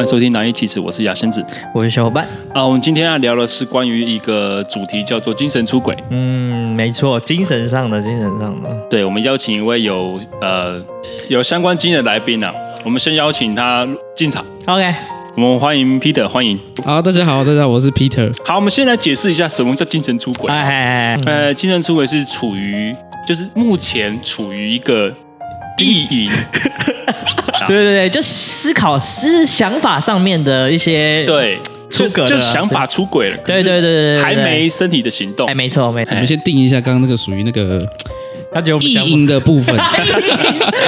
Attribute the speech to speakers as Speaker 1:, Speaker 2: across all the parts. Speaker 1: 迎收听《难易其实我是牙仙子
Speaker 2: 我是小伙伴。
Speaker 1: 啊。我们今天要聊的是关于一个主题，叫做精神出轨。
Speaker 2: 嗯，没错，精神上的，精神上的。
Speaker 1: 对，我们邀请一位有呃有相关经验的来宾啊。我们先邀请他进场，
Speaker 2: OK，
Speaker 1: 我们欢迎 Peter，欢迎。
Speaker 3: 好，大家好，大家好，我是 Peter。
Speaker 1: 好，我们先来解释一下什么叫精神出轨。
Speaker 2: 哎，哎哎
Speaker 1: 呃，精神出轨是处于就是目前处于一个意淫，
Speaker 2: 对对对，就思考思想法上面的一些，
Speaker 1: 对，就
Speaker 2: 出轨了
Speaker 1: 就想法出轨了，
Speaker 2: 对对对对对对
Speaker 1: 还没身体的行动
Speaker 2: 哎，。没错没
Speaker 1: 哎
Speaker 2: 错
Speaker 3: 我，们先定一下刚刚那个属于那个
Speaker 2: 他觉得我
Speaker 3: 意
Speaker 2: 们讲 不
Speaker 3: 淫的 部分，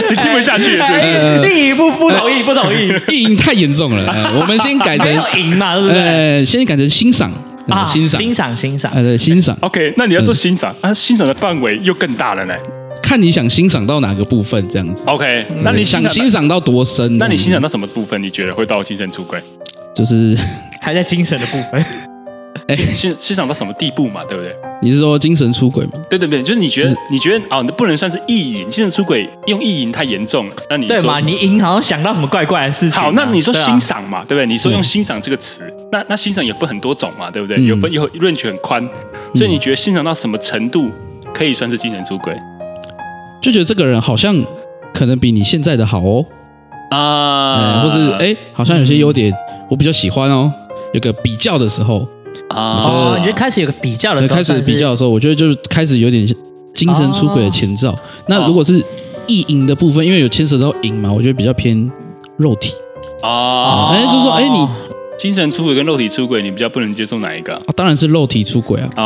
Speaker 1: 你听不下去了是不是？
Speaker 2: 哎
Speaker 3: 呃
Speaker 2: 意淫不不同意不同意，
Speaker 3: 意淫太严重了，呃我们先改
Speaker 2: 没
Speaker 3: 成
Speaker 2: 有赢嘛，对不对？
Speaker 3: 呃，先改成欣赏啊，欣赏，
Speaker 2: 欣赏欣赏
Speaker 3: 呃，，对欣赏，
Speaker 1: OK，那你
Speaker 2: 嗯
Speaker 1: 要说欣赏、啊，欣赏的范围又更大了呢。
Speaker 3: 看你想欣赏到哪个部分这样子。
Speaker 1: OK，那
Speaker 3: 呃
Speaker 1: 你欣
Speaker 3: 想
Speaker 1: 赏，
Speaker 3: 欣赏到多深？
Speaker 1: 那你欣赏
Speaker 3: 到
Speaker 1: 到什么部分？你觉得会到精神出轨？
Speaker 3: 就是
Speaker 2: 还在精神的部分。
Speaker 1: 欣欣赏到什么地步嘛？对不对？
Speaker 3: 你是说精神出轨吗？
Speaker 1: 对对对，就是你觉
Speaker 3: 就
Speaker 1: 得
Speaker 3: 是
Speaker 1: 你觉得哦，你不能算是意淫，精神出轨用意淫太严重了。那你
Speaker 2: 对
Speaker 1: 说
Speaker 2: 嘛？你赢好像想到什么怪怪的事情啊。
Speaker 1: 好，那你说
Speaker 2: 对啊
Speaker 1: 欣赏嘛，对不对？你说用
Speaker 3: 嗯
Speaker 1: 欣赏这个词，那那欣赏也分很多种嘛，对不对？
Speaker 3: 嗯
Speaker 1: 有分有论据很宽，所以你觉得欣赏到什么程度可以算是精神出轨
Speaker 3: 就觉得这个人好像可能比你现在的好哦，
Speaker 1: 啊
Speaker 3: 呃，或是哎，好像有些优点我比较喜欢哦。有个比较的时候，
Speaker 1: 啊
Speaker 2: 哦，你就开始有个比较的
Speaker 3: 对，
Speaker 2: 时候，
Speaker 3: 开始
Speaker 2: 算是
Speaker 3: 比较的时候，我觉得就是开始有点精神出轨的前兆。
Speaker 2: 哦
Speaker 3: 那如果是意淫的部分，因为有牵扯到淫嘛，我觉得比较偏肉体。
Speaker 1: 啊
Speaker 2: 哦
Speaker 3: 哎、就是说，哎、你、
Speaker 1: 精神出轨跟肉体出轨，你比较不能接受哪一个啊
Speaker 3: 啊当然是肉体出轨啊。
Speaker 1: 啊？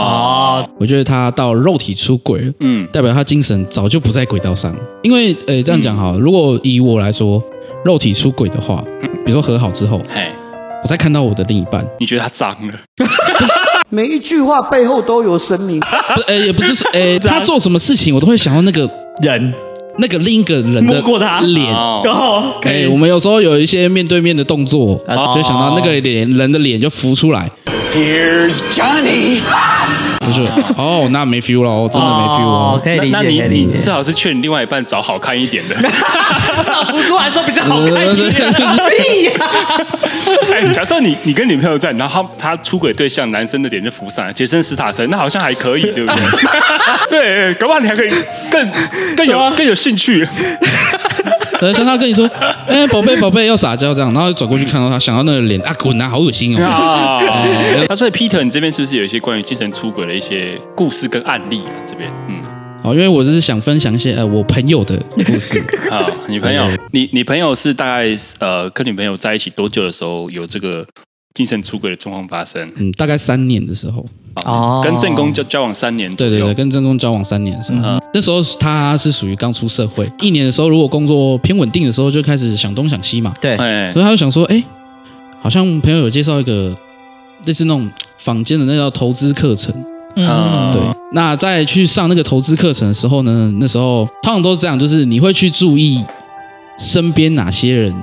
Speaker 2: 哦，
Speaker 3: 我觉得他到肉体出轨了，
Speaker 1: 嗯，
Speaker 3: 代表他精神早就不在轨道上。因为，呃、这
Speaker 2: 嗯
Speaker 3: 样讲好了，如果以我来说，肉体出轨的话，比如说和好之后，
Speaker 1: 嘿，
Speaker 3: 我再看到我的另一 半，
Speaker 1: 你觉得他脏了？
Speaker 4: 每一句话背后都有神明。
Speaker 3: 不，呃、也不是说，呃、他做什么事情，我都会想到那个
Speaker 2: 人，
Speaker 3: 那个另一个人的
Speaker 2: 摸过他
Speaker 3: 脸。
Speaker 1: 哦
Speaker 2: 然后可
Speaker 3: 哎、
Speaker 2: 以
Speaker 3: 我们有时候有一些面对面的动作，
Speaker 2: 啊
Speaker 3: 就会想到那个脸人的脸就浮出来，
Speaker 4: Here's Johnny。
Speaker 3: 就是哦，那没 feel 了，哦，真的没 feel
Speaker 2: 哦
Speaker 3: 哦。
Speaker 2: 可以
Speaker 1: 那
Speaker 2: 理解，
Speaker 1: 那
Speaker 2: 可
Speaker 1: 你
Speaker 2: 以理
Speaker 1: 你
Speaker 2: 解
Speaker 1: 最好是劝你另外一半找好看一点的，
Speaker 2: 至少浮出来的时候比较好看一点。屁呀！
Speaker 1: 哎，假设你你跟女朋友在，然后他他出轨对象男生的脸就浮上来，杰森斯塔森，那好像还可以，对不 对？对，搞不好你还可以 更更
Speaker 2: 啊
Speaker 1: 有更有兴趣。
Speaker 3: 呃，像他跟你说，哎、宝贝，宝贝，要撒娇这样，然后转过去看到他，想到那个脸，啊，滚啊，好恶心哦。
Speaker 1: 啊， 那所以 Peter，你这边是不是有一些关于精神出轨的一些故事跟案例啊？这边，嗯，
Speaker 3: 哦好，因为我就是想分享一些呃我朋友的故事。
Speaker 1: 好，啊女朋友，你你朋友是大概呃跟女朋友在一起多久的时候有这个精神出轨的状况发生？
Speaker 3: 嗯，大概三年的时候，
Speaker 2: 哦
Speaker 1: 跟正宫交交往三年左
Speaker 3: 对
Speaker 1: 右，
Speaker 3: 对对，跟正宫交往三年的时候，
Speaker 1: 嗯
Speaker 3: 那时候他是属于刚出社会，一年的时候，如果工作偏稳定的时候，就开始想东想西嘛。
Speaker 2: 对，
Speaker 1: 哎，
Speaker 3: 所以他就想说，哎、好像朋友有介绍一个类似那种坊间的那叫投资课程，
Speaker 1: 嗯
Speaker 3: 对。那在去上那个投资课程的时候呢，那时候通常都是这样，就是你会去注意身边哪些人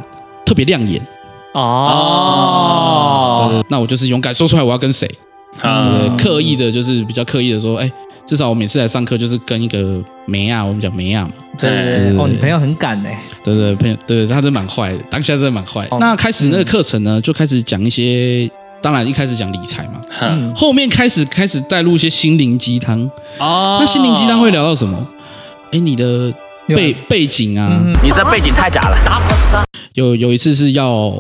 Speaker 3: 特别亮眼。对
Speaker 2: 哦，
Speaker 3: 对那我就是勇敢说出来我要跟谁，
Speaker 1: 啊
Speaker 3: 对刻意的就是比较刻意的说，哎、至少我每次来上课就是跟一个梅啊，我们讲梅啊嘛，
Speaker 2: 对对
Speaker 1: 对
Speaker 2: 对，
Speaker 3: 对
Speaker 2: 哦，你朋友很敢哎，
Speaker 3: 对对，朋友，对，他真的蛮坏的，当下真的蛮坏的。那开始那个课程呢，就开始讲一些，当然一开始讲理财嘛，
Speaker 1: 嗯
Speaker 3: 后面开始开始带入一些心灵鸡汤。
Speaker 1: 哦
Speaker 3: 那心灵鸡汤会聊到什么？哎，你的背
Speaker 2: 哦
Speaker 3: 背景啊，
Speaker 2: 嗯
Speaker 5: 你这背景太假了。
Speaker 3: 有有一次是要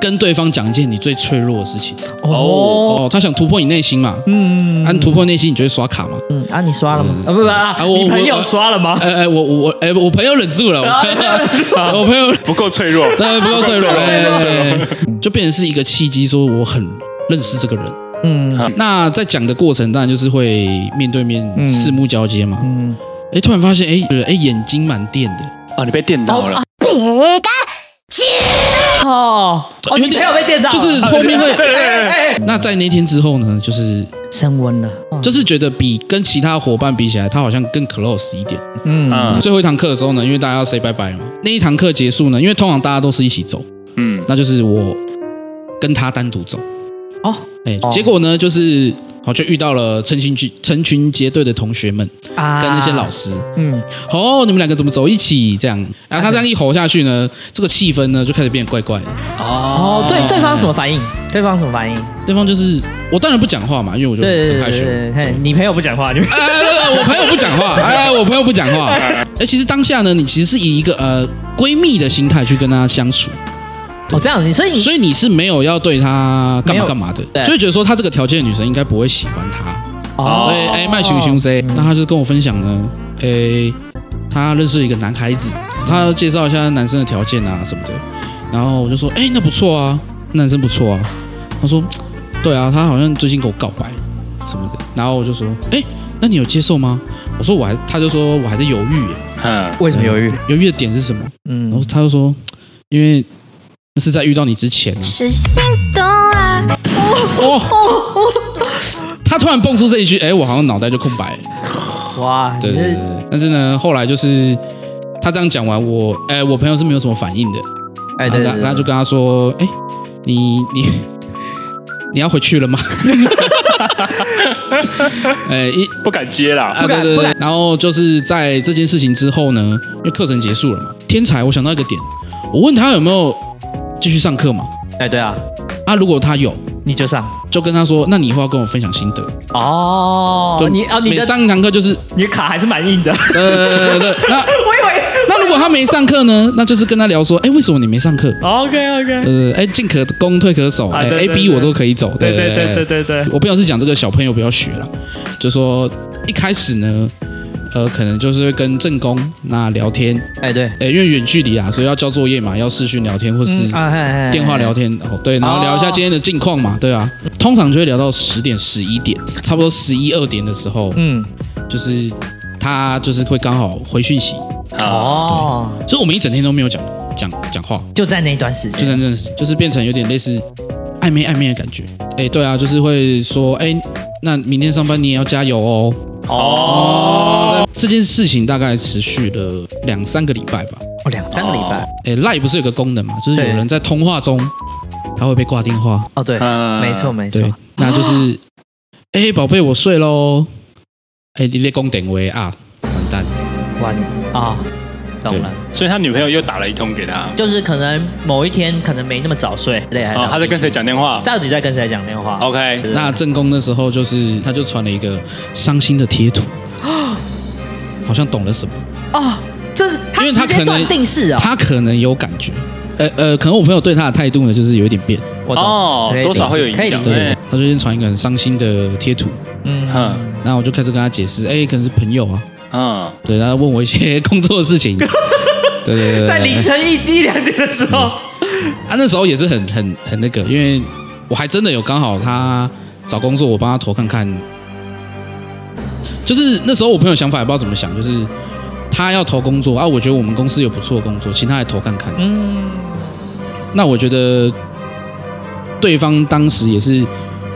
Speaker 3: 跟对方讲一件你最脆弱的事情
Speaker 2: 哦，
Speaker 3: 哦，他想突破你内心嘛，
Speaker 2: 嗯，
Speaker 3: 按突破内心，你就会刷卡嘛。
Speaker 2: 嗯啊，你刷了吗？啊，不不啊，
Speaker 3: 我
Speaker 2: 你朋友刷了吗？
Speaker 3: 哎哎，我我我哎，我朋友忍住了，我朋友我朋友
Speaker 1: 不够脆弱，
Speaker 3: 对不够脆弱，
Speaker 1: 不够脆弱
Speaker 3: 哎就变成是一个契机，说我很认识这个人。
Speaker 2: 嗯
Speaker 3: 那在讲的过程，当然就是会面对面
Speaker 2: 嗯
Speaker 3: 四目交接嘛。
Speaker 2: 嗯，
Speaker 3: 哎，突然发现，哎，哎，眼睛蛮电的。
Speaker 1: 啊，你被电到了，
Speaker 2: 哦哦，你朋友被电到了，
Speaker 3: 就是后面 会。
Speaker 2: 哎哎
Speaker 3: 那在那天之后呢，就是
Speaker 2: 升温了，哦
Speaker 3: 就是觉得比跟其他伙伴比起来，他好像更 close 一点。
Speaker 2: 嗯
Speaker 1: 嗯
Speaker 3: 最后一堂课的时候呢，因为大家要 say 拜拜嘛，那一堂课结束呢，因为通常大家都是一起走，
Speaker 1: 嗯，
Speaker 3: 那就是我跟他单独走。
Speaker 2: 哦，
Speaker 3: 哎
Speaker 2: 哦，
Speaker 3: 结果呢，就是好就遇到了成群结成群结队的同学们
Speaker 2: 啊
Speaker 3: 跟那些老，师，
Speaker 2: 嗯，
Speaker 3: 哦，你们两个怎么走一起这样？然后他这样一吼下去呢，这个气氛呢就开始变得怪怪的。
Speaker 2: 哦，对，对方什么反应？对方什么反应？
Speaker 3: 对方就是我当然不讲话嘛，因为我就
Speaker 2: 对对
Speaker 3: 很
Speaker 2: 对
Speaker 3: 害
Speaker 2: 对
Speaker 3: 羞。
Speaker 2: 对，嘿你朋友不讲话，你们
Speaker 3: 哎，哎哎我朋友不讲话，哎，哎我朋友不讲话。哎，其实当下呢，你其实是以一个呃闺蜜的心态去跟他相处，
Speaker 2: 哦这样，你所以你
Speaker 3: 所以你是没有要对他干
Speaker 2: 没
Speaker 3: 嘛
Speaker 2: 有
Speaker 3: 干嘛的
Speaker 2: 对，
Speaker 3: 就会觉得说他这个条件的女生应该不会喜欢他。
Speaker 2: 哦
Speaker 3: 所以哎，卖熊熊 Z，那他就跟我分享呢，哎，他认识了一个男孩子，他介绍一下男生的条件啊什么的，然后我就说，哎，那不错啊，那男生不错啊。他说，对啊，他好像最近跟我告白什么的，然后我就说，哎，那你有接受吗？我说我还，他就说我还在犹豫耶，
Speaker 1: 嗯，
Speaker 2: 为什么犹豫？
Speaker 3: 犹豫的点是什么？
Speaker 2: 嗯
Speaker 3: 然后他就说，因为是在遇到你之前啊。
Speaker 5: 是心动啊，
Speaker 3: 哦， 他突然蹦出这一句，哎，我好像脑袋就空白了。
Speaker 2: 哇，
Speaker 3: 对
Speaker 2: 你
Speaker 3: 对对
Speaker 2: 是
Speaker 3: 对，但是呢，后来就是他这样讲完，我哎、我朋友是没有什么反应的，
Speaker 2: 哎
Speaker 3: 然后
Speaker 2: 对
Speaker 3: 他
Speaker 2: 对，
Speaker 3: 他就跟他说，哎、你你 你要回去了吗？ 哎、一
Speaker 1: 不敢接啦。
Speaker 3: 啊对对对，然后就是在这件事情之后呢，因为课程结束了嘛，天才，我想到一个点，我问他有没有继续上课嘛？
Speaker 2: 哎对啊，
Speaker 3: 啊，如果他有，
Speaker 2: 你就上
Speaker 3: 就跟他说，那你以后要跟我分享心得。
Speaker 2: 哦
Speaker 3: 就，
Speaker 2: 你哦你
Speaker 3: 每
Speaker 2: 的
Speaker 3: 上一堂课就是
Speaker 2: 你的卡还是蛮 硬的，
Speaker 3: 呃，对对对那 我以为，那如果他没上课呢？那就是跟他聊说，哎，为什么你没上课？
Speaker 2: OK OK，
Speaker 3: 呃，哎，进可攻，退可守，
Speaker 2: 啊
Speaker 3: 哎
Speaker 2: 对
Speaker 3: ，A
Speaker 2: 对
Speaker 3: B
Speaker 2: 对
Speaker 3: 我都可以走。
Speaker 2: 对对
Speaker 3: 对
Speaker 2: 对对对对，
Speaker 3: 我朋友是讲这个小朋友不要学了，就说一开始呢，呃，可能就是会跟正宫那聊天，
Speaker 2: 哎对，
Speaker 3: 哎，因为远距离啊，所以要交作业嘛，要视讯聊天或是
Speaker 2: 嗯啊嘿嘿嘿
Speaker 3: 电话聊天，哦，对，然后聊一下
Speaker 2: 哦
Speaker 3: 今天的近况嘛，对啊，通常就会聊到十点、十一点，差不多十一二点的时候，
Speaker 2: 嗯
Speaker 3: 就是他就是会刚好回讯息。
Speaker 1: 啊，
Speaker 2: 哦，
Speaker 3: 所以我们一整天都没有讲讲讲话，
Speaker 2: 就在那一段时
Speaker 3: 就
Speaker 2: 间，
Speaker 3: 在认识，就是变成有点类似暧昧暧昧的感觉。哎，对啊，就是会说，哎，那明天上班你也要加油哦。
Speaker 1: 哦，
Speaker 3: 这件事情大概持续了两三个礼拜吧。
Speaker 2: 哦两三个礼拜，
Speaker 3: 哎，Line 不是有个功能嘛，就是有
Speaker 2: 对
Speaker 3: 人在通话中，他会被挂电话。
Speaker 2: 哦对，
Speaker 1: 嗯
Speaker 2: 没错没错
Speaker 3: 对，那 就是，哎，宝贝，我睡喽。哎，你在公点位啊，完蛋。
Speaker 2: 完啊，懂了。
Speaker 1: 所以他女朋友又打了一通给他。
Speaker 2: 就是可能某一天可能没那么早睡，累还
Speaker 1: 哦，他在跟谁讲电话
Speaker 2: 到底在跟谁讲电话？
Speaker 1: ？OK，
Speaker 3: 那正宫那时候就是，他就传了一个伤心 的贴图，好像懂了什么，
Speaker 2: 哦，这是
Speaker 3: 因为他
Speaker 2: 直
Speaker 3: 可
Speaker 2: 接
Speaker 3: 能
Speaker 2: 断定式啊，
Speaker 3: 他可能有感觉，呃呃，可能我朋友对他的态度呢，就是有一点变，
Speaker 2: 我懂
Speaker 1: 哦
Speaker 2: 可以，理解
Speaker 1: 多少会有影
Speaker 2: 可以
Speaker 1: 响
Speaker 2: 理。解
Speaker 3: 对
Speaker 1: 对，，
Speaker 3: 他就先传一个很伤心的贴图，
Speaker 2: 嗯
Speaker 1: 哼
Speaker 3: 然后我就开始跟他解释，哎，可能是朋友啊，
Speaker 1: 嗯，
Speaker 3: 对，然后问我一些 工作的事情，对对对对，
Speaker 2: 在
Speaker 3: 对
Speaker 2: 凌晨一一两点的时候，
Speaker 3: 啊，那时候也是很很很那个，因为我还真的有刚好他找工作，我帮他投看看。就是那时候我朋友想法也不知道怎么想，就是他要投工作啊，我觉得我们公司有不错的工作，请他来投看看。
Speaker 2: 嗯，
Speaker 3: 那我觉得对方当时也是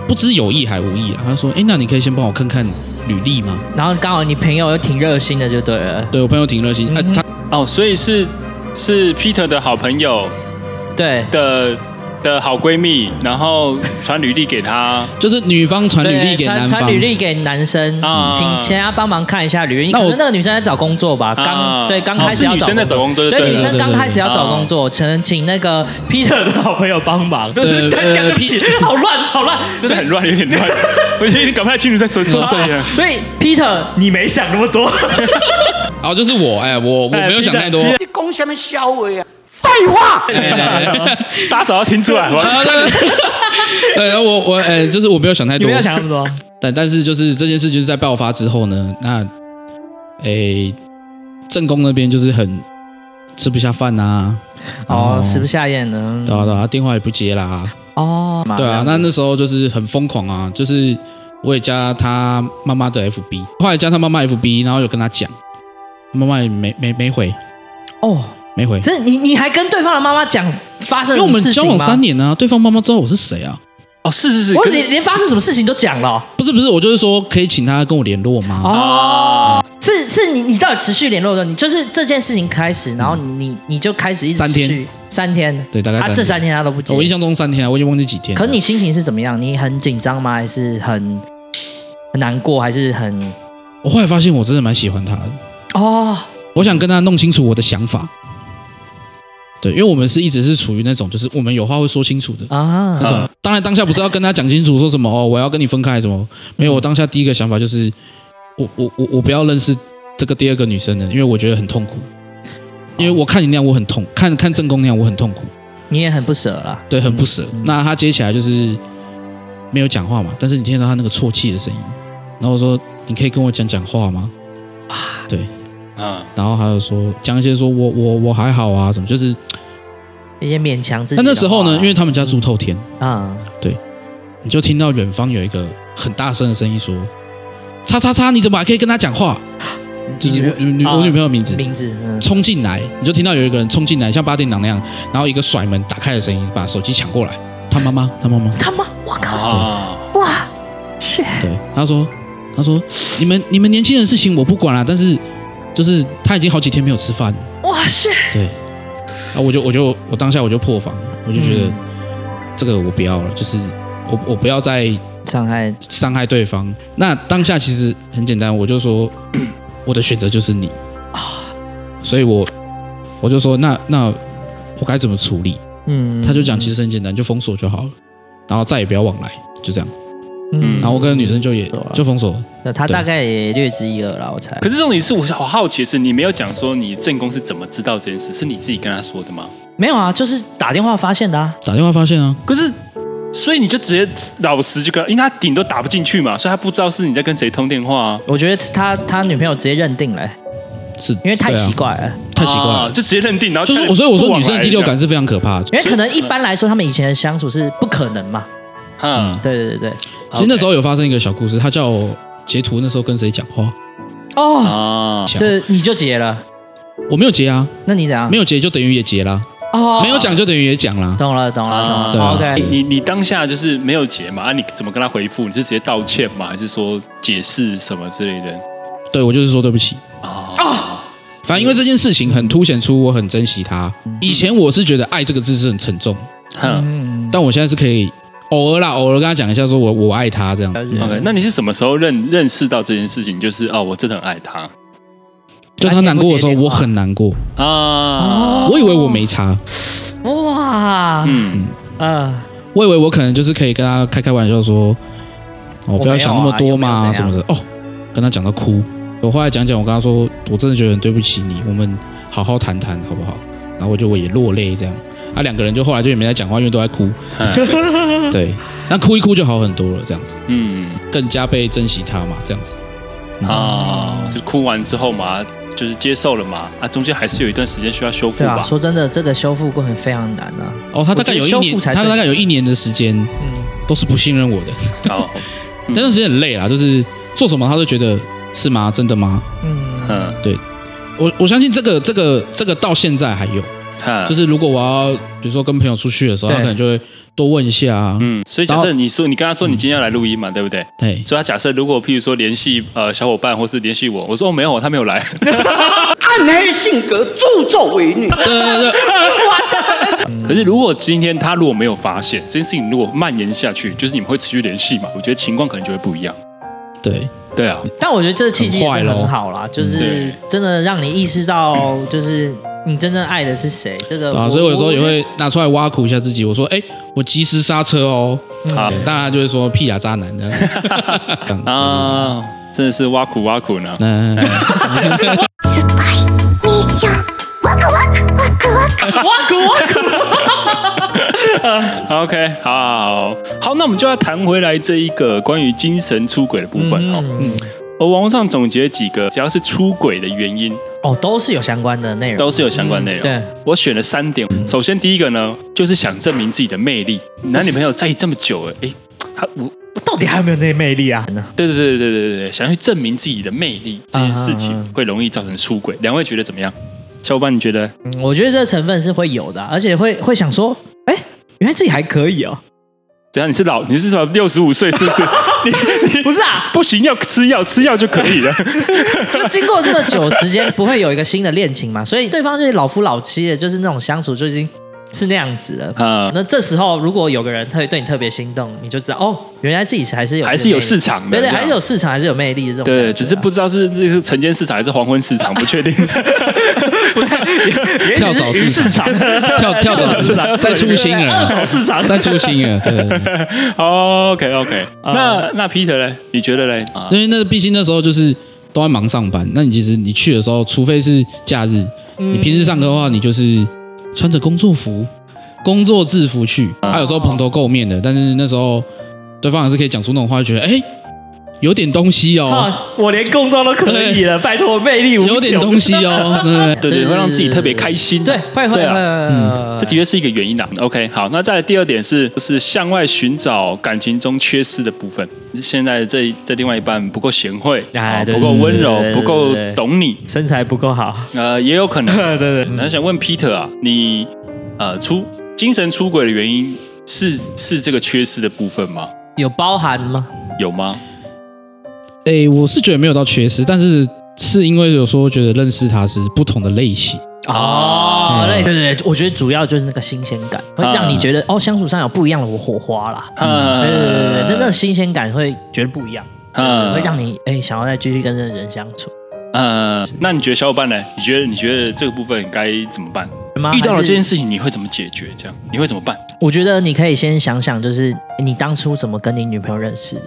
Speaker 3: 不知有意还无意啊，他说：“哎、那你可以先帮我看看履历吗
Speaker 2: 然后刚好你朋友又挺热心的，就对了？”，
Speaker 3: 对我朋友挺热心，哎、
Speaker 2: 嗯哼
Speaker 3: 他
Speaker 1: 哦，所以是是 Peter 的好朋友
Speaker 2: 对，
Speaker 1: 的的好闺蜜，然后传履历给他。
Speaker 3: 就是女方传履历
Speaker 2: 对
Speaker 3: 给
Speaker 2: 传
Speaker 3: 男
Speaker 2: 传
Speaker 3: 方，
Speaker 2: 履历给男生，
Speaker 1: 啊
Speaker 2: 请请他帮忙看一下履历。
Speaker 3: 那
Speaker 2: 可
Speaker 3: 我
Speaker 2: 能那个女生在找工作吧，
Speaker 1: 啊
Speaker 2: 刚对刚
Speaker 1: 哦
Speaker 2: 开始
Speaker 1: 是
Speaker 2: 要
Speaker 1: 女生在找工作就
Speaker 2: 对
Speaker 1: 对
Speaker 2: 女
Speaker 1: 了
Speaker 2: 生刚开始要找
Speaker 1: 对对对啊
Speaker 2: 工作，请请那个 Peter 的好朋友帮忙。对
Speaker 3: 对
Speaker 2: 对
Speaker 3: 呃
Speaker 2: 对，对不起，好乱好乱，
Speaker 1: 真的很乱，有点乱，我已经搞不太清楚在说什
Speaker 2: 所
Speaker 1: 么了
Speaker 2: 以。所以 Peter 你没想那么多，
Speaker 3: 哦，就是我，哎、我我没有想太多，
Speaker 4: 你讲什么笑话啊？废话。
Speaker 3: 哎哎哎
Speaker 1: 大家早就听出来了。
Speaker 3: 啊，对， 对，然后我我呃，就是我没有想太
Speaker 2: 你
Speaker 3: 多
Speaker 2: 没，有想那么 多。
Speaker 3: 但但是就是这件事就是在爆发之后呢，那诶，正宫那边就是很吃不下饭呐、啊，
Speaker 2: 哦，
Speaker 3: 是
Speaker 2: 食不下咽呢。
Speaker 3: 对啊对啊，电话也不接啦，
Speaker 2: 哦，
Speaker 3: 对啊，那那时候就是很疯狂啊，就是我也加他妈妈的 FB，后来加他妈妈 FB，然后有跟他讲，妈妈也没没没回，
Speaker 2: 哦，
Speaker 3: 没回，
Speaker 2: 这你你还跟对方的妈妈讲发生什
Speaker 3: 因为我
Speaker 2: 么
Speaker 3: 们
Speaker 2: 事情
Speaker 3: 交
Speaker 2: 吗？
Speaker 3: 往三年啊，对方妈妈知道我是谁啊。
Speaker 1: 哦，是是是，
Speaker 2: 我
Speaker 1: 可
Speaker 2: 连
Speaker 1: 是
Speaker 2: 连发生什么事情都讲了哦。
Speaker 3: 不是不是，我就是说可以请他跟我联络吗？
Speaker 2: 哦，是是你你到底持续联络的？你就是这件事情开始，然后你你你就开始一直
Speaker 3: 三
Speaker 2: 持
Speaker 3: 天
Speaker 2: 续三天，
Speaker 3: 对大概
Speaker 2: 他
Speaker 3: 三
Speaker 2: 这
Speaker 3: 天
Speaker 2: 三天他都不接
Speaker 3: 我。印象中三天啊，我已经忘记几天了。
Speaker 2: 可你心情是怎么样？你很紧张吗？还是很难过，还是很
Speaker 3: 我后来发现我真的蛮喜欢他的，
Speaker 2: 哦，
Speaker 3: 我想跟他弄清楚我的想法。对，因为我们是一直是处于那种，就是我们有话会说清楚的。
Speaker 2: 啊，
Speaker 3: 那种。当然，当下不是要跟他讲清楚说什么哦，我要跟你分开什么？没有，我当下第一个想法就是，我我我我不要认识这个第二个女生了，因为我觉得很痛苦。因为我看你那样我很痛，看看正宫那样我很痛苦，
Speaker 2: 你也很不舍啦。
Speaker 3: 对，很不舍。那他接起来就是没有讲话嘛，但是你听到他那个啜泣的声音，然后我说你可以跟我讲讲话吗？对，
Speaker 1: 啊，
Speaker 3: 然后他就说讲一些说我我我还好啊，什么就是。
Speaker 2: 一些勉强自己的
Speaker 3: 但
Speaker 2: 话。
Speaker 3: 那时候呢，因为他们家住透天，
Speaker 2: 啊，
Speaker 3: 你就听到远方有一个很大声的声音说：“叉叉叉，你怎么还可以跟他讲话？”就是我女
Speaker 2: 啊
Speaker 3: 我女朋友的名字
Speaker 2: 名字，嗯，
Speaker 3: 冲进来，你就听到有一个人冲进来，像八点档那样，然后一个甩门打开的声音，把手机抢过来。他妈妈，他妈妈，
Speaker 2: 他妈，我靠，
Speaker 1: 啊，
Speaker 2: 哇，是
Speaker 3: 对，他说，他说，你们你们年轻人的事情我不管了、但是就是他已经好几天没有吃饭，
Speaker 2: 哇是，
Speaker 3: 对，啊，我就我就我当下我就破防，我就觉得、
Speaker 2: 嗯
Speaker 3: 这个我不要了，就是我我不要再
Speaker 2: 伤害
Speaker 3: 伤害对方。那当下其实很简单，我就说 我的选择就是你啊，所以我我就说那那我该怎么处理？
Speaker 2: 嗯，
Speaker 3: 他就讲其实很简单，就封锁就好了，然后再也不要往来，就这样。
Speaker 1: 嗯
Speaker 3: 然后我跟女生就也
Speaker 2: 对啊
Speaker 3: 就封锁了，
Speaker 2: 那他大概也略知一二啦，我猜。
Speaker 1: 可是重点是我好好奇的是，你没有讲说你正宫是怎么知道这件事，是你自己跟他说的吗？
Speaker 2: 没有啊，就是打电话发现的啊。
Speaker 3: 打电话发现啊，
Speaker 1: 可是，所以你就直接老实就跟，因为他顶都打不进去嘛，所以他不知道是你在跟谁通电话啊，
Speaker 2: 我觉得他他女朋友直接认定了、
Speaker 3: 是
Speaker 2: 因为太
Speaker 3: 对啊
Speaker 2: 奇怪了。
Speaker 3: 太奇怪
Speaker 1: 啊
Speaker 3: 了，
Speaker 1: 就直接认定，然后
Speaker 3: 就是我所以我说女生的第六感是非常可怕的。
Speaker 2: 因为可能一般来说，他们以前的相处是不可能嘛。
Speaker 1: 嗯，
Speaker 2: 对对对对。
Speaker 3: 其实那时候有发生一个小故事，他叫我截图那时候跟谁讲话，
Speaker 2: 哦，
Speaker 1: 啊，
Speaker 3: 想
Speaker 2: 对，你就结了，
Speaker 3: 我没有截啊，
Speaker 2: 那你怎样？
Speaker 3: 没有截就等于也截啦，
Speaker 2: 哦，
Speaker 3: 没有讲就等于也讲啦。
Speaker 2: 懂了，懂了，
Speaker 1: 啊
Speaker 2: 懂了。
Speaker 3: 对啊
Speaker 2: OK，
Speaker 1: 你你当下就是没有结嘛？啊，你怎么跟他回复？你是直接道歉吗？还是说解释什么之类的？
Speaker 3: 对我就是说对不起，
Speaker 2: 哦
Speaker 1: 啊
Speaker 3: 反正因为这件事情很凸显出我很珍惜他。以前我是觉得爱这个字是很沉重，
Speaker 1: 哼
Speaker 2: 嗯，
Speaker 3: 但我现在是可以偶尔啦，偶尔跟他讲一下，说我我爱他这样。
Speaker 2: 了解
Speaker 1: ，OK，那你是什么时候认认识到这件事情？就是哦，我真的很爱他
Speaker 3: 就他难过的时候，我很难过，
Speaker 1: 啊，
Speaker 2: 哦
Speaker 3: 我以为我没差，
Speaker 2: 哇，
Speaker 1: 嗯，
Speaker 2: 嗯，
Speaker 3: 我以为我可能就是可以跟他开开玩笑说，哦，不要想那么多嘛、
Speaker 2: 啊我没有啊
Speaker 3: 什么的。哦，跟他讲到哭，我后来讲讲，我跟他说，我真的觉得很对不起你，我们好好谈谈好不好？然后我就我也落泪这样。啊，两个人就后来就也没再讲话，因为都在哭。
Speaker 2: 嗯
Speaker 3: 对，那哭一哭就好很多了，这样子。
Speaker 1: 嗯
Speaker 3: 更加被珍惜他嘛，这样子。
Speaker 1: 啊，就哭完之后嘛，就是接受了嘛，啊，中间还是有一段时间需要修复
Speaker 2: 对啊，
Speaker 1: 吧？
Speaker 2: 说真的，这个修复过程非常难啊。
Speaker 3: 哦，他大概有一
Speaker 2: 我觉得修
Speaker 3: 年，
Speaker 2: 复才
Speaker 3: 他
Speaker 2: 对
Speaker 3: 大概有一年的时间
Speaker 2: 嗯，
Speaker 3: 都是不信任我的，
Speaker 1: 哦，嗯
Speaker 3: 那段时间很累啦，就是做什么他都觉得是吗？真的吗？
Speaker 2: 嗯，
Speaker 1: 嗯，
Speaker 3: 我我相信这个这个这个到现在还有，
Speaker 1: 哼
Speaker 3: 就是如果我要比如说跟朋友出去的时
Speaker 2: 嗯
Speaker 3: 候，
Speaker 2: 对
Speaker 3: 他可能就会多问一下啊，
Speaker 1: 嗯，所以假
Speaker 3: 然
Speaker 1: 设
Speaker 3: 后
Speaker 1: 你说你跟他说你今天要来录音嘛，对不对？
Speaker 3: 对，
Speaker 1: 所以他假设如果譬如说联系呃小伙伴或是联系我，我说哦没有，他没有来，
Speaker 4: 暗黑性格，助纣为虐。
Speaker 3: 对对对对，
Speaker 1: 可是如果今天他如果没有发现这件事情，如果蔓延下去，就是你们会持续联系嘛？我觉得情况可能就会不一样。
Speaker 3: 对
Speaker 1: 对啊，
Speaker 2: 但我觉得这个契机也
Speaker 3: 很坏
Speaker 2: 是
Speaker 3: 咯嗯
Speaker 2: 很好啦，就是
Speaker 1: 对
Speaker 2: 真的让你意识到，就是你真正爱的是谁。这个
Speaker 3: 对啊，所以我有时候也会拿出来挖苦一下自己，我说，哎，我及时刹车哦，
Speaker 2: 嗯
Speaker 1: 啊
Speaker 3: 对当然他就会说屁呀渣男 这样这样，
Speaker 1: 啊，真的是挖苦挖苦呢。
Speaker 3: 嗯，
Speaker 5: スパイミッションワクワクワクワク
Speaker 2: 哇酷哇酷，
Speaker 1: OK，好好好好，那我们就要谈回来这一个关于精神出轨的部分哦。
Speaker 2: 嗯，
Speaker 1: 我网络上总结几个只要是出轨的原因，
Speaker 2: 哦，都是有相关的内容，
Speaker 1: 都是有相关内容。
Speaker 2: 对，
Speaker 1: 我选了三点。首先第一个呢，就是想证明自己的魅力。男女朋友在一起这么久了，哎，他我
Speaker 2: 到底还有没有那魅力啊？
Speaker 1: 对对对对对对对，想要去证明自己的魅力这件事情
Speaker 2: 啊啊啊，
Speaker 1: 会容易造成出轨。两位觉得怎么样？小伙伴，你觉得？
Speaker 2: 嗯我觉得这个成分是会有的啊，而且会会想说，哎，原来自己还可以哦。
Speaker 1: 怎样？你是老，你是什么六十五岁是 不是？你你
Speaker 2: 不是 啊，
Speaker 1: 不行，要吃药，吃药就可以了。
Speaker 2: 就经过这么久时间，不会有一个新的恋情嘛，所以对方就是老夫老妻的，就是那种相处就已经是那样子的。
Speaker 1: 嗯
Speaker 2: 那这时候如果有个人特对你特别心动，你就知道哦，原来自己还是有
Speaker 1: 还是有
Speaker 2: 魅力
Speaker 1: 市场的
Speaker 2: 对对，
Speaker 1: 这样
Speaker 2: 还是有市场，还是有魅力的这种感觉啊。
Speaker 1: 对，只是不知道是那是晨间市场还是黄昏市场，不 确定。
Speaker 3: 跳蚤市场，跳 跳 蚤市场，再出新人，
Speaker 2: 二手市场
Speaker 3: 再出新人，对对对，
Speaker 1: OK OK，那那 Peter 嘞？你觉得嘞？啊，
Speaker 3: 因为那毕竟那时候就是都在忙上班，那你其实你去的时候，除非是假日，
Speaker 2: 嗯
Speaker 3: 你平时上课的话，你就是穿着工作服、工作制服去，啊，有时候蓬头垢面的，但是那时候对方还是可以讲出那种话，就觉得哎、有点东西哦，
Speaker 2: 啊，我连工作都可以了，拜托，魅力无穷
Speaker 3: 有点东西哦，对 对对
Speaker 1: 对对，会让自己特别开心。
Speaker 2: 对，会会
Speaker 1: 对
Speaker 2: 会，
Speaker 1: 啊
Speaker 2: 会
Speaker 3: 嗯
Speaker 1: 这的确是一个原因啦。OK，好，那再来第二点是，就是向外寻找感情中缺失的部分。现在这这另外一半不够贤惠，
Speaker 2: 哎
Speaker 1: 啊
Speaker 2: 对
Speaker 1: 不够温柔
Speaker 2: 对对，对
Speaker 1: 不够
Speaker 2: 对对
Speaker 1: 懂你，
Speaker 2: 身材不够好，
Speaker 1: 呃，也有可能。
Speaker 2: 对对对，
Speaker 1: 那想问 Peter 啊，你呃出精神出轨的原因是是这个缺失的部分吗？
Speaker 2: 有包含吗？
Speaker 1: 有吗？
Speaker 3: 哎、我是觉得没有到缺失，但是是因为有时候觉得认识他是不同的类型，
Speaker 2: 哦，对
Speaker 3: 嗯
Speaker 2: 对对，我觉得主要就是那个新鲜感，会
Speaker 1: 嗯
Speaker 2: 让你觉得哦，相处上有不一样的火花啦。嗯对对对对，那那个新鲜感会觉得不一样，
Speaker 1: 嗯
Speaker 2: 会让你哎想要再继续跟这个人相处。
Speaker 1: 呃，那你觉得小伙伴呢？你觉得你觉得这个部分该怎么办？
Speaker 2: 吗
Speaker 1: 遇到了
Speaker 2: 还是
Speaker 1: 这件事情，你会怎么解决？这样你会怎么办？
Speaker 2: 我觉得你可以先想想，就是你当初怎么跟你女朋友认识的，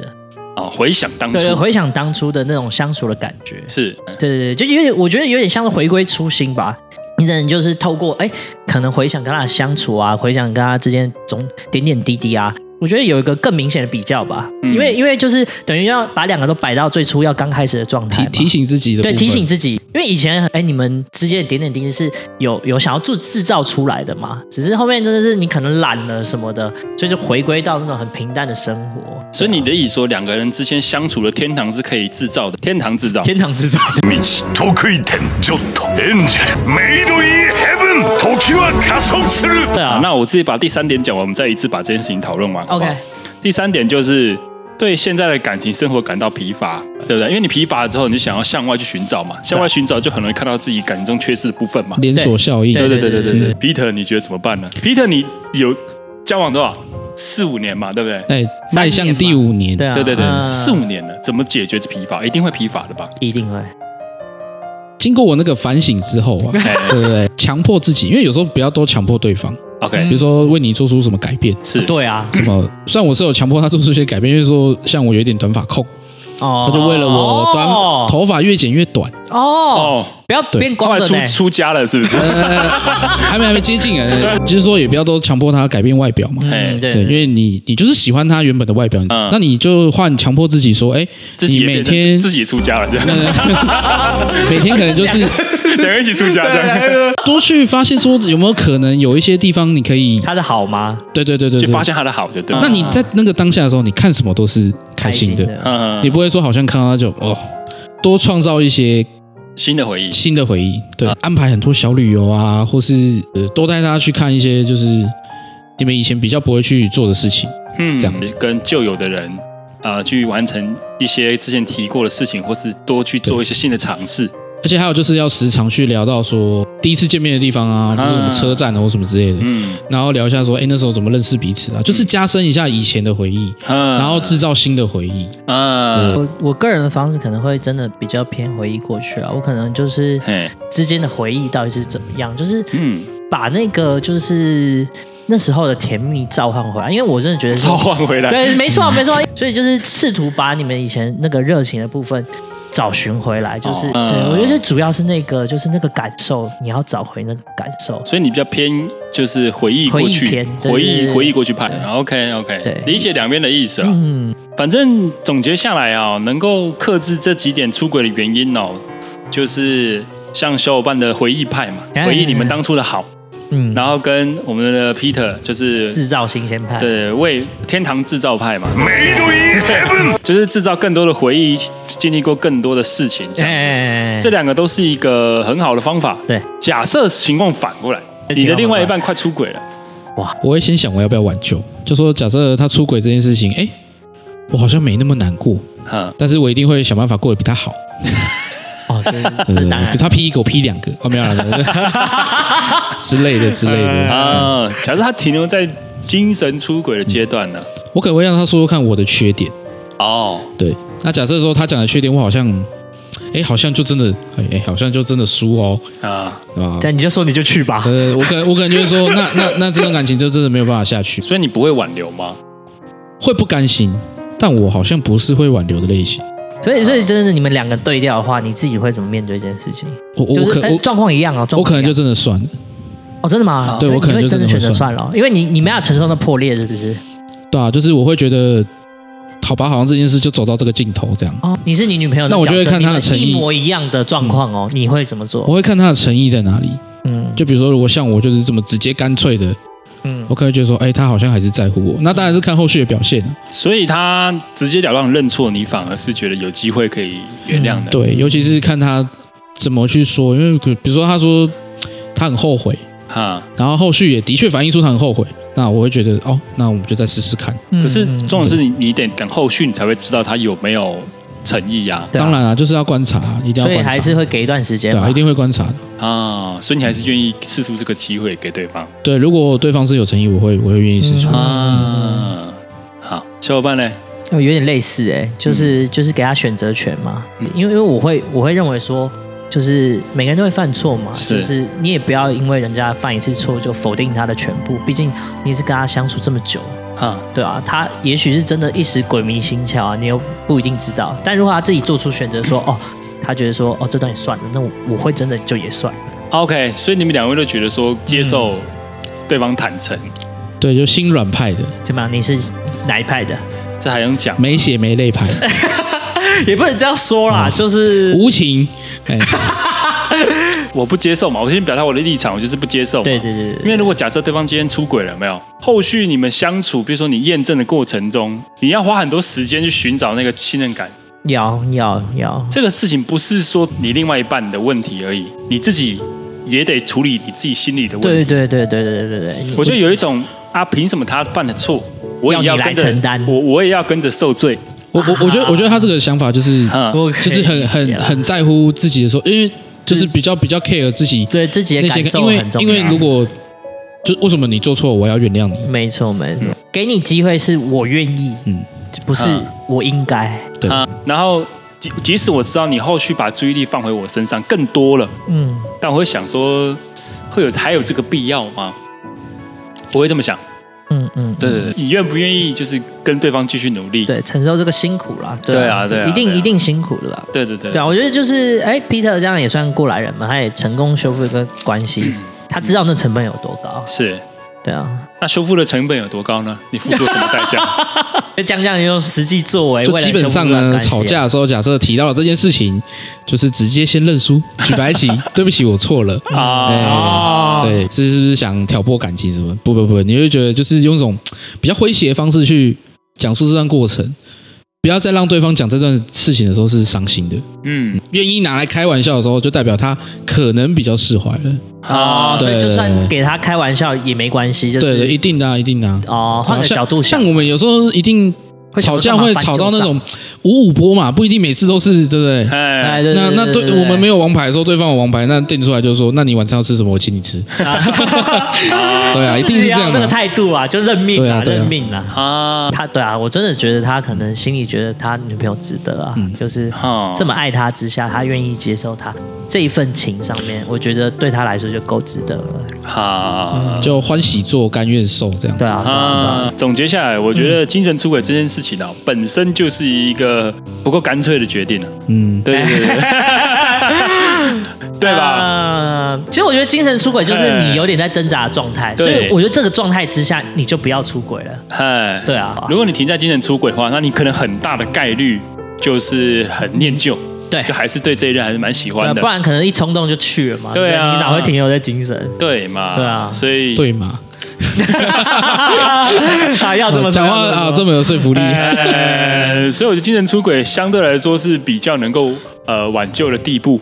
Speaker 1: 啊，回想当初
Speaker 2: 对，回想当初的那种相处的感觉。
Speaker 1: 是
Speaker 2: 对对对，就有点，我觉得有点像是回归初心吧。你只能就是透过哎，可能回想跟他的相处啊，回想跟他之间总点点滴滴啊，我觉得有一个更明显的比较吧。
Speaker 1: 嗯
Speaker 2: 因为因为就是等于要把两个都摆到最初要刚开始的状态
Speaker 3: 提
Speaker 2: 嘛，
Speaker 3: 提醒自己的部
Speaker 2: 对
Speaker 3: 分，
Speaker 2: 提醒自己，因为以前哎你们之间的点点滴滴是有有想要做制造出来的嘛，只是后面真的是你可能懒了什么的，所以就回归到那种很平淡的生活。
Speaker 1: 所以你的意思说，两个人之间相处的天堂是可以制造的，天堂制造。
Speaker 2: 天堂制造。
Speaker 6: 得意点ちょっとエンジェルメイドインヘブン時は加速する
Speaker 2: 对
Speaker 1: 好
Speaker 2: 啊，
Speaker 1: 那我自己把第三点讲完，我们再一次把这件事情讨论完。好不好
Speaker 2: OK
Speaker 1: 第三点就是对现在的感情生活感到疲乏，对不对？因为你疲乏了之后，你就想要向外去寻找嘛，向外寻找就很容易看到自己感情中缺失的部分嘛。
Speaker 3: 连锁效应，
Speaker 1: 对对
Speaker 2: 对
Speaker 1: 对
Speaker 2: 对
Speaker 1: 对对
Speaker 2: 对
Speaker 1: 对。Peter，你觉得怎么办呢？Peter，你有交往多少？四五年嘛，对不对？
Speaker 3: 哎，
Speaker 2: 三
Speaker 3: 迈
Speaker 2: 年
Speaker 3: 向第五年，
Speaker 2: 对啊，
Speaker 1: 对对对，
Speaker 2: 嗯
Speaker 1: 四五年了，怎么解决这疲乏？一定会疲乏的吧？
Speaker 2: 一定会。
Speaker 3: 经过我那个反省之后 啊，
Speaker 1: 哎
Speaker 3: 对对对，强迫自己，因为有时候不要都强迫对方，比
Speaker 1: OK，
Speaker 3: 如说为你做出什么改变，
Speaker 1: 是
Speaker 2: 对啊，
Speaker 3: 什么，
Speaker 1: 嗯
Speaker 3: 虽然我是有强迫他做出一些改变，因为说像我有一点短发控，
Speaker 2: 哦
Speaker 3: 他就为了我短
Speaker 2: 哦
Speaker 3: 头发越剪越短，
Speaker 2: 哦，
Speaker 1: 哦，
Speaker 2: 不要
Speaker 3: 对
Speaker 2: 变
Speaker 1: 后
Speaker 2: 光
Speaker 1: 来
Speaker 2: 了
Speaker 1: 出
Speaker 2: 呢。
Speaker 1: 出家了是不是？
Speaker 3: 呃， 还没还没接近啊，就是说也不要都强迫他改变外表嘛。
Speaker 2: 嗯，对
Speaker 3: 对，因为你你就是喜欢他原本的外表，
Speaker 1: 嗯
Speaker 3: 那你就换强迫自己说，哎，
Speaker 1: 自己
Speaker 3: 你
Speaker 1: 也
Speaker 3: 每
Speaker 1: 变成
Speaker 3: 天
Speaker 1: 自己也出家了这样，
Speaker 3: 每天可能就是
Speaker 1: 两个一起出家这样，
Speaker 3: 多去发现说有没有可能有一些地方你可以，
Speaker 2: 他的好吗？
Speaker 3: 对对对对，
Speaker 1: 就
Speaker 3: 对
Speaker 1: 发现他的好就对了。
Speaker 3: 那你在那个当下的时候，你看什么都是开心的，
Speaker 1: 嗯
Speaker 3: 你不会说好像看到他就哦，多创造一些
Speaker 1: 新的回忆，
Speaker 3: 新的回忆，对，安排很多小旅游啊，或是呃多带他去看一些就是你们以前比较不会去做的事情，
Speaker 1: 嗯，
Speaker 3: 这样
Speaker 1: 跟旧有的人啊去完成一些之前提过的事情，或是多去做一些新的尝试。
Speaker 3: 而且还有就是要时常去聊到说第一次见面的地方啊，比如说什么车站啊或什么之类的，
Speaker 1: 嗯
Speaker 3: 然后聊一下说，哎，那时候怎么认识彼此啊，就是加深一下以前的回忆，
Speaker 1: 嗯
Speaker 3: 然后制造新的回忆，
Speaker 1: 啊，
Speaker 2: 我我个人的方式可能会真的比较偏回忆过去啊，我可能就是
Speaker 1: 嘿，
Speaker 2: 之间的回忆到底是怎么样，就是
Speaker 1: 嗯，
Speaker 2: 把那个就是那时候的甜蜜召唤回来，因为我真的觉得是
Speaker 1: 召唤回来，
Speaker 2: 对，没错没错， 所以就是试图把你们以前那个热情的部分。找寻回来，就是、
Speaker 1: 哦
Speaker 2: 对
Speaker 1: 嗯
Speaker 2: 我觉得主要是那个，就是那个感受，你要找回那个感受。
Speaker 1: 所以你比较偏就是回忆过
Speaker 2: 回忆
Speaker 1: 去
Speaker 2: 偏，对
Speaker 1: 回
Speaker 2: 对
Speaker 1: 忆
Speaker 2: 对
Speaker 1: 回忆过去派
Speaker 2: 对。
Speaker 1: OK OK，
Speaker 2: 对
Speaker 1: 理解两边的意思了。
Speaker 2: 嗯，
Speaker 1: 反正总结下来啊、能够克制这几点出轨的原因哦，就是像小伙伴的回忆派嘛，
Speaker 2: 哎
Speaker 1: 回忆你们当初的好，
Speaker 2: 嗯，
Speaker 1: 然后跟我们的 Peter 就是
Speaker 2: 制造新鲜派，
Speaker 1: 对为天堂制造派嘛，
Speaker 6: メイドインヘブン
Speaker 1: 就是制造更多的回忆，经历过更多的事情，这样子。
Speaker 2: 哎，
Speaker 1: 这两个都是一个很好的方法。
Speaker 2: 对，
Speaker 1: 假设情况反过来，你的另外一半快出轨了，
Speaker 3: 我会先想我要不要挽救，就说假设他出轨这件事情，哎，我好像没那么难过，
Speaker 1: 嗯，
Speaker 3: 但是我一定会想办法过得比他好。
Speaker 2: 哦，这
Speaker 3: 对
Speaker 2: 这
Speaker 3: 对
Speaker 2: 啊当然
Speaker 3: 对，，他劈一个，我劈两个，哦，没有了， 对之类的之类的。
Speaker 1: 啊，假设他停留在精神出轨的阶段呢？
Speaker 3: 我可能会让他说说看我的缺点。
Speaker 1: 哦，
Speaker 3: 对，那假设说他讲的缺点，我好像，哎，好像就真的，哎，哎好像就真的输哦，
Speaker 1: 啊，
Speaker 3: 啊。
Speaker 2: 但你就说你就去吧，
Speaker 3: 呃，我可我可能就会说，那那那这段感情就真的没有办法下去，
Speaker 1: 所以你不会挽留吗？
Speaker 3: 会不甘心，但我好像不是会挽留的类型。
Speaker 2: 所以所以真的是你们两个对调的话，你自己会怎么面对这件事情？
Speaker 3: 我我
Speaker 2: 就
Speaker 3: 我
Speaker 2: 是
Speaker 3: 可
Speaker 2: 哎
Speaker 3: 我
Speaker 2: 状况一样哦，状
Speaker 3: 我可
Speaker 2: 况
Speaker 3: 能
Speaker 2: 一
Speaker 3: 就
Speaker 2: 样
Speaker 3: 真的算了，
Speaker 2: 哦，真的吗？
Speaker 3: 对我可能
Speaker 2: 你会
Speaker 3: 就
Speaker 2: 真
Speaker 3: 真
Speaker 2: 的
Speaker 3: 的
Speaker 2: 选
Speaker 3: 会
Speaker 2: 择算
Speaker 3: 算
Speaker 2: 了哦，因为你你没有承受那破裂，是不是？
Speaker 3: 对啊，就是我会觉得，好吧，好像这件事就走到这个尽头这样。
Speaker 2: 哦，你是你女朋友的角色，
Speaker 3: 那我就会看她的诚意嗯
Speaker 2: 你们一模一样的状况哦，你会怎么做
Speaker 3: 我？会看他的诚意在哪里。
Speaker 2: 嗯
Speaker 3: 就比如说，如果像我就是这么直接干脆的，
Speaker 2: 嗯
Speaker 3: 我可能觉得说，哎、他好像还是在乎我。那当然是看后续的表现啊了。
Speaker 1: 所以他直截了当认错，你反而是觉得有机会可以原谅的。
Speaker 3: 嗯对，尤其是看他怎么去说，因为可比如说他说他很后悔，
Speaker 1: 哈，
Speaker 3: 然后后续也的确反映出他很后悔，那我会觉得，哦，那我们就再试试看。
Speaker 2: 嗯
Speaker 1: 可是
Speaker 2: 嗯
Speaker 1: 这种事你你得等后续你才会知道他有没有诚意呀、
Speaker 2: 对啊
Speaker 3: 当然啊，就是要观察，一定要
Speaker 2: 所以
Speaker 3: 观察，
Speaker 2: 还是会给一段时间
Speaker 3: 对
Speaker 2: 吧
Speaker 3: 啊，一。定会观察的。
Speaker 1: 啊。所以你还是愿意试出这个机会给对方
Speaker 3: 对，如果对方是有诚意，我会我会愿意试
Speaker 2: 嗯
Speaker 3: 出。
Speaker 1: 啊。好，小伙伴呢？
Speaker 2: 哦有点类似哎、就是、
Speaker 3: 嗯
Speaker 2: 就是给他选择权嘛，因为因为我会我会认为说，就是每个人都会犯错嘛，
Speaker 1: 是
Speaker 2: 就是你也不要因为人家犯一次错就否定他的全部，毕竟你也是跟他相处这么久，
Speaker 1: 哈，
Speaker 2: 对啊，他也许是真的一时鬼迷心窍啊，你又不一定知道。但如果他自己做出选择说，哦，他觉得说，哦，这段也算了，那我我会真的就也算了。
Speaker 1: OK，所以你们两位都觉得说接受
Speaker 2: 嗯
Speaker 1: 对方坦诚，
Speaker 3: 对，就心软派的，
Speaker 2: 怎么样？你是哪一派的？
Speaker 1: 这还用讲？
Speaker 3: 没血没泪派，
Speaker 2: 也不能这样说啦，
Speaker 1: 哦
Speaker 2: 就是
Speaker 3: 无情。哎、
Speaker 1: 我不接受嘛，我先表达我的立场，我就是不接受嘛。
Speaker 2: 对对对对
Speaker 1: 因为如果假设对方今天出轨了，有没有后续你们相处，比如说你验证的过程中，你要花很多时间去寻找那个信任感。
Speaker 2: 要要要，
Speaker 1: 这个事情不是说你另外一半的问题而已，你自己也得处理你自己心里的问
Speaker 2: 对
Speaker 1: 题。
Speaker 2: 对对对对对对对，
Speaker 1: 我觉得有一种啊，凭什么他犯的错，我也
Speaker 2: 要
Speaker 1: 要
Speaker 2: 你来
Speaker 1: 跟着
Speaker 2: 承担
Speaker 1: 我我也要跟着受罪。
Speaker 3: 我我我觉得我觉得他这个想法就是
Speaker 1: 哈
Speaker 2: 我嗯可以
Speaker 3: 就是很
Speaker 2: 理解啊
Speaker 3: 很
Speaker 2: 啦
Speaker 3: 很在乎自己的时候，因为就是比较比较 care 自己
Speaker 2: 对自己的
Speaker 3: 那
Speaker 2: 感
Speaker 3: 些，
Speaker 2: 受
Speaker 3: 因为
Speaker 2: 很重
Speaker 3: 因
Speaker 2: 要。
Speaker 3: 为如果就为什么你做错，我要原谅你，
Speaker 2: 没错没错，给你机会是我愿意，
Speaker 3: 嗯，
Speaker 2: 不是
Speaker 1: 嗯
Speaker 2: 我应该，
Speaker 3: 对
Speaker 1: 啊，然后即即使我知道你后续把注意力放回我身上更多了，
Speaker 2: 嗯。
Speaker 1: 但我会想说，会有还有这个必要吗？我会这么想。
Speaker 2: 嗯嗯，
Speaker 1: 对对对，你愿不愿意就是跟对方继续努力？
Speaker 2: 对，承受这个辛苦啦，
Speaker 1: 对啊对啊
Speaker 2: 一定
Speaker 1: 对啊
Speaker 2: 一定辛苦的啦，
Speaker 1: 对对对
Speaker 2: 对啊，我觉得就是哎，Peter 这样也算过来人嘛，他也成功修复一个关 系，他知道那成本有多高。
Speaker 1: 是。
Speaker 2: 对啊，
Speaker 1: 那修复的成本有多高呢？你付出了什么代 价？
Speaker 2: 就江江也用实际作为，
Speaker 3: 就
Speaker 2: 为了
Speaker 3: 基本上
Speaker 2: 修复这段
Speaker 3: 呢，
Speaker 2: 关系啊
Speaker 3: 吵架的时候假设提到了这件事情，就是直接先认 输，举白旗，对不起，我错了。
Speaker 1: 啊，
Speaker 2: 哦，
Speaker 3: 哎对，是是不是想挑拨感情什么？不不不，你会觉得就是用一种比较诙谐的方式去讲述这段过程，不要再让对方讲这段事情的时候是伤心的。
Speaker 1: 嗯，
Speaker 3: 愿意拿来开玩笑的时候，就代表他可能比较释怀了。
Speaker 1: 啊
Speaker 2: 哦，所以就
Speaker 3: 对
Speaker 2: 算给他开玩笑也没关系，就是
Speaker 3: 对对，一定的、啊，一定的、啊。
Speaker 2: 哦，换个
Speaker 3: 像
Speaker 2: 角度想
Speaker 3: 像，我们有时候一定
Speaker 2: 会想说
Speaker 3: 吵架
Speaker 2: 干嘛
Speaker 3: 会
Speaker 2: 翻
Speaker 3: 吵
Speaker 2: 旧
Speaker 3: 到那
Speaker 2: 账
Speaker 3: 种五五波嘛，不一定每次都是，对不对？
Speaker 1: 哎
Speaker 2: 哎，，对
Speaker 3: 那那
Speaker 2: 对
Speaker 3: 我们没
Speaker 2: 有
Speaker 3: 有王牌的时候，对方有王牌，那定出来就说，那你晚上要吃什么？我请你吃。 对啊，一定是这样
Speaker 2: 那
Speaker 3: 的
Speaker 2: 个
Speaker 3: 啊。
Speaker 2: 态度啊，就认命
Speaker 3: 对
Speaker 2: 啊
Speaker 3: 啊，对啊
Speaker 2: 认命啊。
Speaker 1: 啊，
Speaker 2: 他对啊，我真的觉得他可能心里觉得他女朋友值得啊，
Speaker 3: 嗯
Speaker 2: 就是
Speaker 1: 哦
Speaker 2: 这么爱他之下，他愿意接受他这一份情上面，我觉得对他来说就够值得了。
Speaker 1: 好。
Speaker 2: 嗯
Speaker 3: 就欢喜做，甘愿受这样子。
Speaker 2: 对啊，嗯对啊对啊
Speaker 1: 啊，总结下来，我觉得精神出轨这件事情呢、啊本身就是一个不够干脆的决定了、啊。
Speaker 3: 嗯，
Speaker 1: 对 对对对，对吧？
Speaker 2: 嗯，其实我觉得精神出轨就是你有点在挣扎的状态，
Speaker 1: 对
Speaker 2: 所以我觉得这个状态之下你就不要出轨了。
Speaker 1: 哎，
Speaker 2: 对啊，
Speaker 1: 如果你停在精神出轨的话，那你可能很大的概率就是很念旧，
Speaker 2: 对
Speaker 1: 就还是对这一任还是蛮喜
Speaker 2: 哎对啊
Speaker 1: 欢的
Speaker 2: 不。然可能一冲动就去了嘛。
Speaker 1: 对啊
Speaker 2: 你哪会停留在精神？
Speaker 1: 对嘛？
Speaker 2: 对啊
Speaker 1: 所以
Speaker 3: 对嘛？
Speaker 2: 啊，要怎么哎
Speaker 3: 讲话啊，这
Speaker 2: 么
Speaker 3: 么有说服力。
Speaker 1: 呃，所以我觉得精神出轨相对来说是比较能够呃挽救的地步，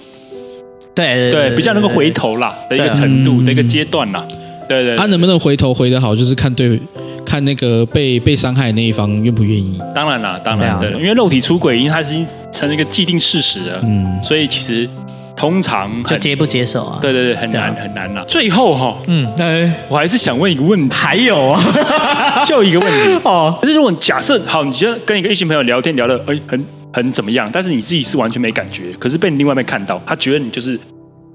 Speaker 2: 对嗯
Speaker 1: 对，比较能够回头啦的一个程度的一个阶段啦，对对，
Speaker 3: 啊他能不能回头回得好，就是看对看那个被被伤害的那一方愿不愿意。
Speaker 1: 当然啦，当然
Speaker 2: 对
Speaker 1: 对
Speaker 2: 啊，
Speaker 1: 因为肉体出轨，因为它已经成了一个既定事实了，
Speaker 3: 嗯
Speaker 1: 所以其实通常很
Speaker 2: 就接不接受啊？
Speaker 1: 对对对，很难
Speaker 2: 对
Speaker 1: 很难啦。最后哈，
Speaker 2: 嗯，哎，
Speaker 1: 我还是想问一个问题，
Speaker 2: 还有啊，
Speaker 1: 就一个问题
Speaker 2: 哦，
Speaker 1: 可是如果你假设好，你觉得跟一个异性朋友聊天聊的，哎、很很怎么样，但是你自己是完全没感觉，可是被你另外一半看到，他觉得你就是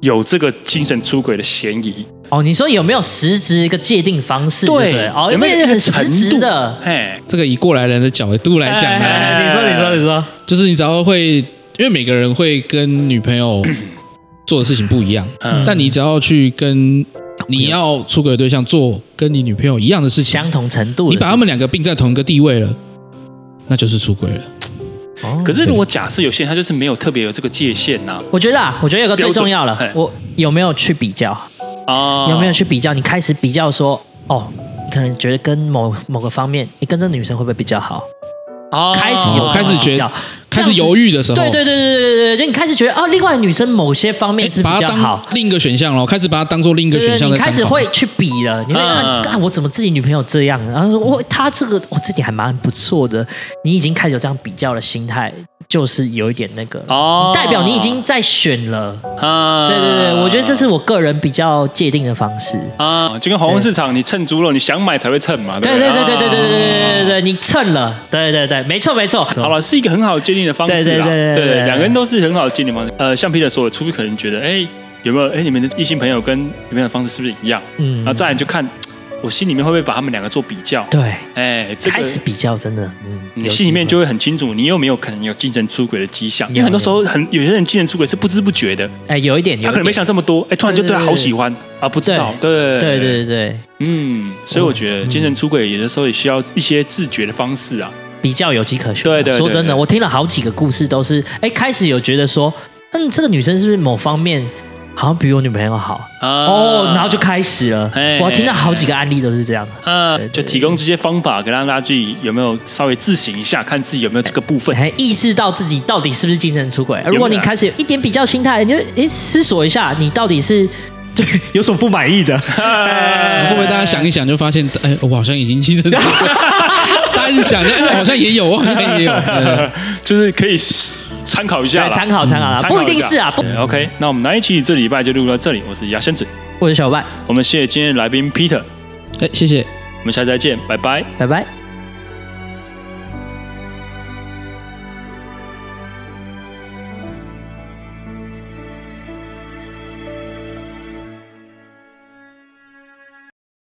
Speaker 1: 有这个精神出轨的嫌疑，
Speaker 2: 哦，你说有没有实质一个界定方式？对不对，哦，
Speaker 1: 有没有
Speaker 2: 那
Speaker 1: 一
Speaker 2: 个
Speaker 1: 个
Speaker 2: 很
Speaker 1: 程
Speaker 2: 实质
Speaker 1: 度
Speaker 2: 的？
Speaker 1: 嘿，
Speaker 3: 这个以过来人的角度来讲啊呢，
Speaker 2: 哎你说，你说，你说，
Speaker 3: 就是你只要会，因为每个人会跟女 朋友做的事情不一样，
Speaker 1: 嗯
Speaker 3: 但你只要去跟你要出轨的对象做跟你女朋友一样的事情，
Speaker 2: 相同程度的
Speaker 3: 你
Speaker 2: 事情，
Speaker 3: 把他们两个并在同一个地位了，那就是出轨了。
Speaker 2: 哦
Speaker 1: 可是如果假设有些人他就是没有特别有这个界限呐、
Speaker 2: 我觉得啊，我觉得有个最重要了
Speaker 1: 标准，嘿
Speaker 2: 我有没有去比较？
Speaker 1: 啊，
Speaker 2: 有没有？去比较？你开始比较说，哦，你可能觉得跟某某个方面，你跟这女生会不会比较好？
Speaker 1: 啊
Speaker 2: 开始有
Speaker 3: 开始觉
Speaker 2: 比较
Speaker 3: 得开始犹豫的时候，
Speaker 2: 对对对对对对对，就你开始觉得哦，另外女生某些方面
Speaker 3: 哎
Speaker 2: 是不是
Speaker 3: 把
Speaker 2: 比
Speaker 3: 它
Speaker 2: 较好
Speaker 3: 当。另一个选项了，开始把它当做另一个
Speaker 2: 对
Speaker 3: 选
Speaker 2: 对，
Speaker 3: 项
Speaker 2: 你
Speaker 3: 在
Speaker 2: 开始
Speaker 3: 参考
Speaker 2: 会去比了，你会
Speaker 1: 嗯
Speaker 2: 啊，干我怎么自己女朋友这样？然后说，我她这个，我这点还蛮不错的。你已经开始有这样比较的心态，就是有一点那个，
Speaker 1: 哦
Speaker 2: 代表你已经在选了。
Speaker 1: 啊
Speaker 2: 对对对，我觉得这是我个人比较界定的方式。
Speaker 1: 啊，就跟黄昏市场，你蹭猪肉，你想买才会蹭嘛，对
Speaker 2: 对
Speaker 1: 不
Speaker 2: 对对对对对对
Speaker 1: 啊
Speaker 2: 对对对，你蹭了，对对对，没错没错。
Speaker 1: 好
Speaker 2: 好，
Speaker 1: 了，是一个很好的鉴定的方式啦。啊
Speaker 2: 对对对对对
Speaker 1: 两个人都是很好的鉴定方式。呃，像 Peter 说的，初步可能觉得，哎、有没有？哎、你们的异性朋友跟女朋友的方式是不是一样？
Speaker 2: 嗯
Speaker 1: 然后再来就看我心里面会不会把他们两个做比较。
Speaker 2: 对，
Speaker 1: 哎、这个
Speaker 2: 开始比较真的，嗯，
Speaker 1: 你
Speaker 2: 有
Speaker 1: 心里面
Speaker 2: 机
Speaker 1: 就会很清楚，你有没有可能有精神出轨的迹象？因为
Speaker 2: 有
Speaker 1: 很多时候很有些人精神出轨是不知不觉的，
Speaker 2: 会哎有一点，
Speaker 1: 他可能没
Speaker 2: 有一点
Speaker 1: 想这么多，哎、突然就
Speaker 2: 对
Speaker 1: 对
Speaker 2: 对
Speaker 1: 他好喜欢啊，不知道，对
Speaker 2: 对对对对，
Speaker 1: 嗯，所以我觉得精神出轨有的时候也需要一些自觉的方式啊。
Speaker 2: 比较有迹可循。啊
Speaker 1: 对对对
Speaker 2: 说真的，
Speaker 1: 对
Speaker 2: 我听了好几个故事，都是哎开始有觉得说，嗯，这个女生是不是某方面好像比我女朋友好
Speaker 1: 啊
Speaker 2: 哦，然后就开始了
Speaker 1: 哎。
Speaker 2: 我听到好几个案例都是这样。
Speaker 1: 啊
Speaker 2: 对，对
Speaker 1: 就提供这些方法，给让大家自己有没有稍微自省一下，看自己有没有这个部分。
Speaker 2: 还哎意识到自己到底是不是精神出轨。如果你开始有一点比较心态，你就诶思索一下，你到底是对有什么不满意的？
Speaker 3: 哎会不会大
Speaker 2: 呃
Speaker 3: 家想一想就发现，哎，我好像已经 精神出轨。大家一直想，哎，我好像也有，我好 像也有。哎对
Speaker 1: 就是可以参考一下
Speaker 2: 对，
Speaker 1: 啦，
Speaker 2: 参考参考啦，
Speaker 1: 参
Speaker 2: 不
Speaker 1: 考
Speaker 2: 一定是啊。不，
Speaker 1: 对 OK，那我们那一期这礼拜就录到这里，我是牙仙子，
Speaker 2: 我是小伴，
Speaker 1: 我们谢谢今天的来宾 Peter，
Speaker 3: 哎，谢谢。
Speaker 1: 我们下次再见，拜拜。
Speaker 2: 拜拜。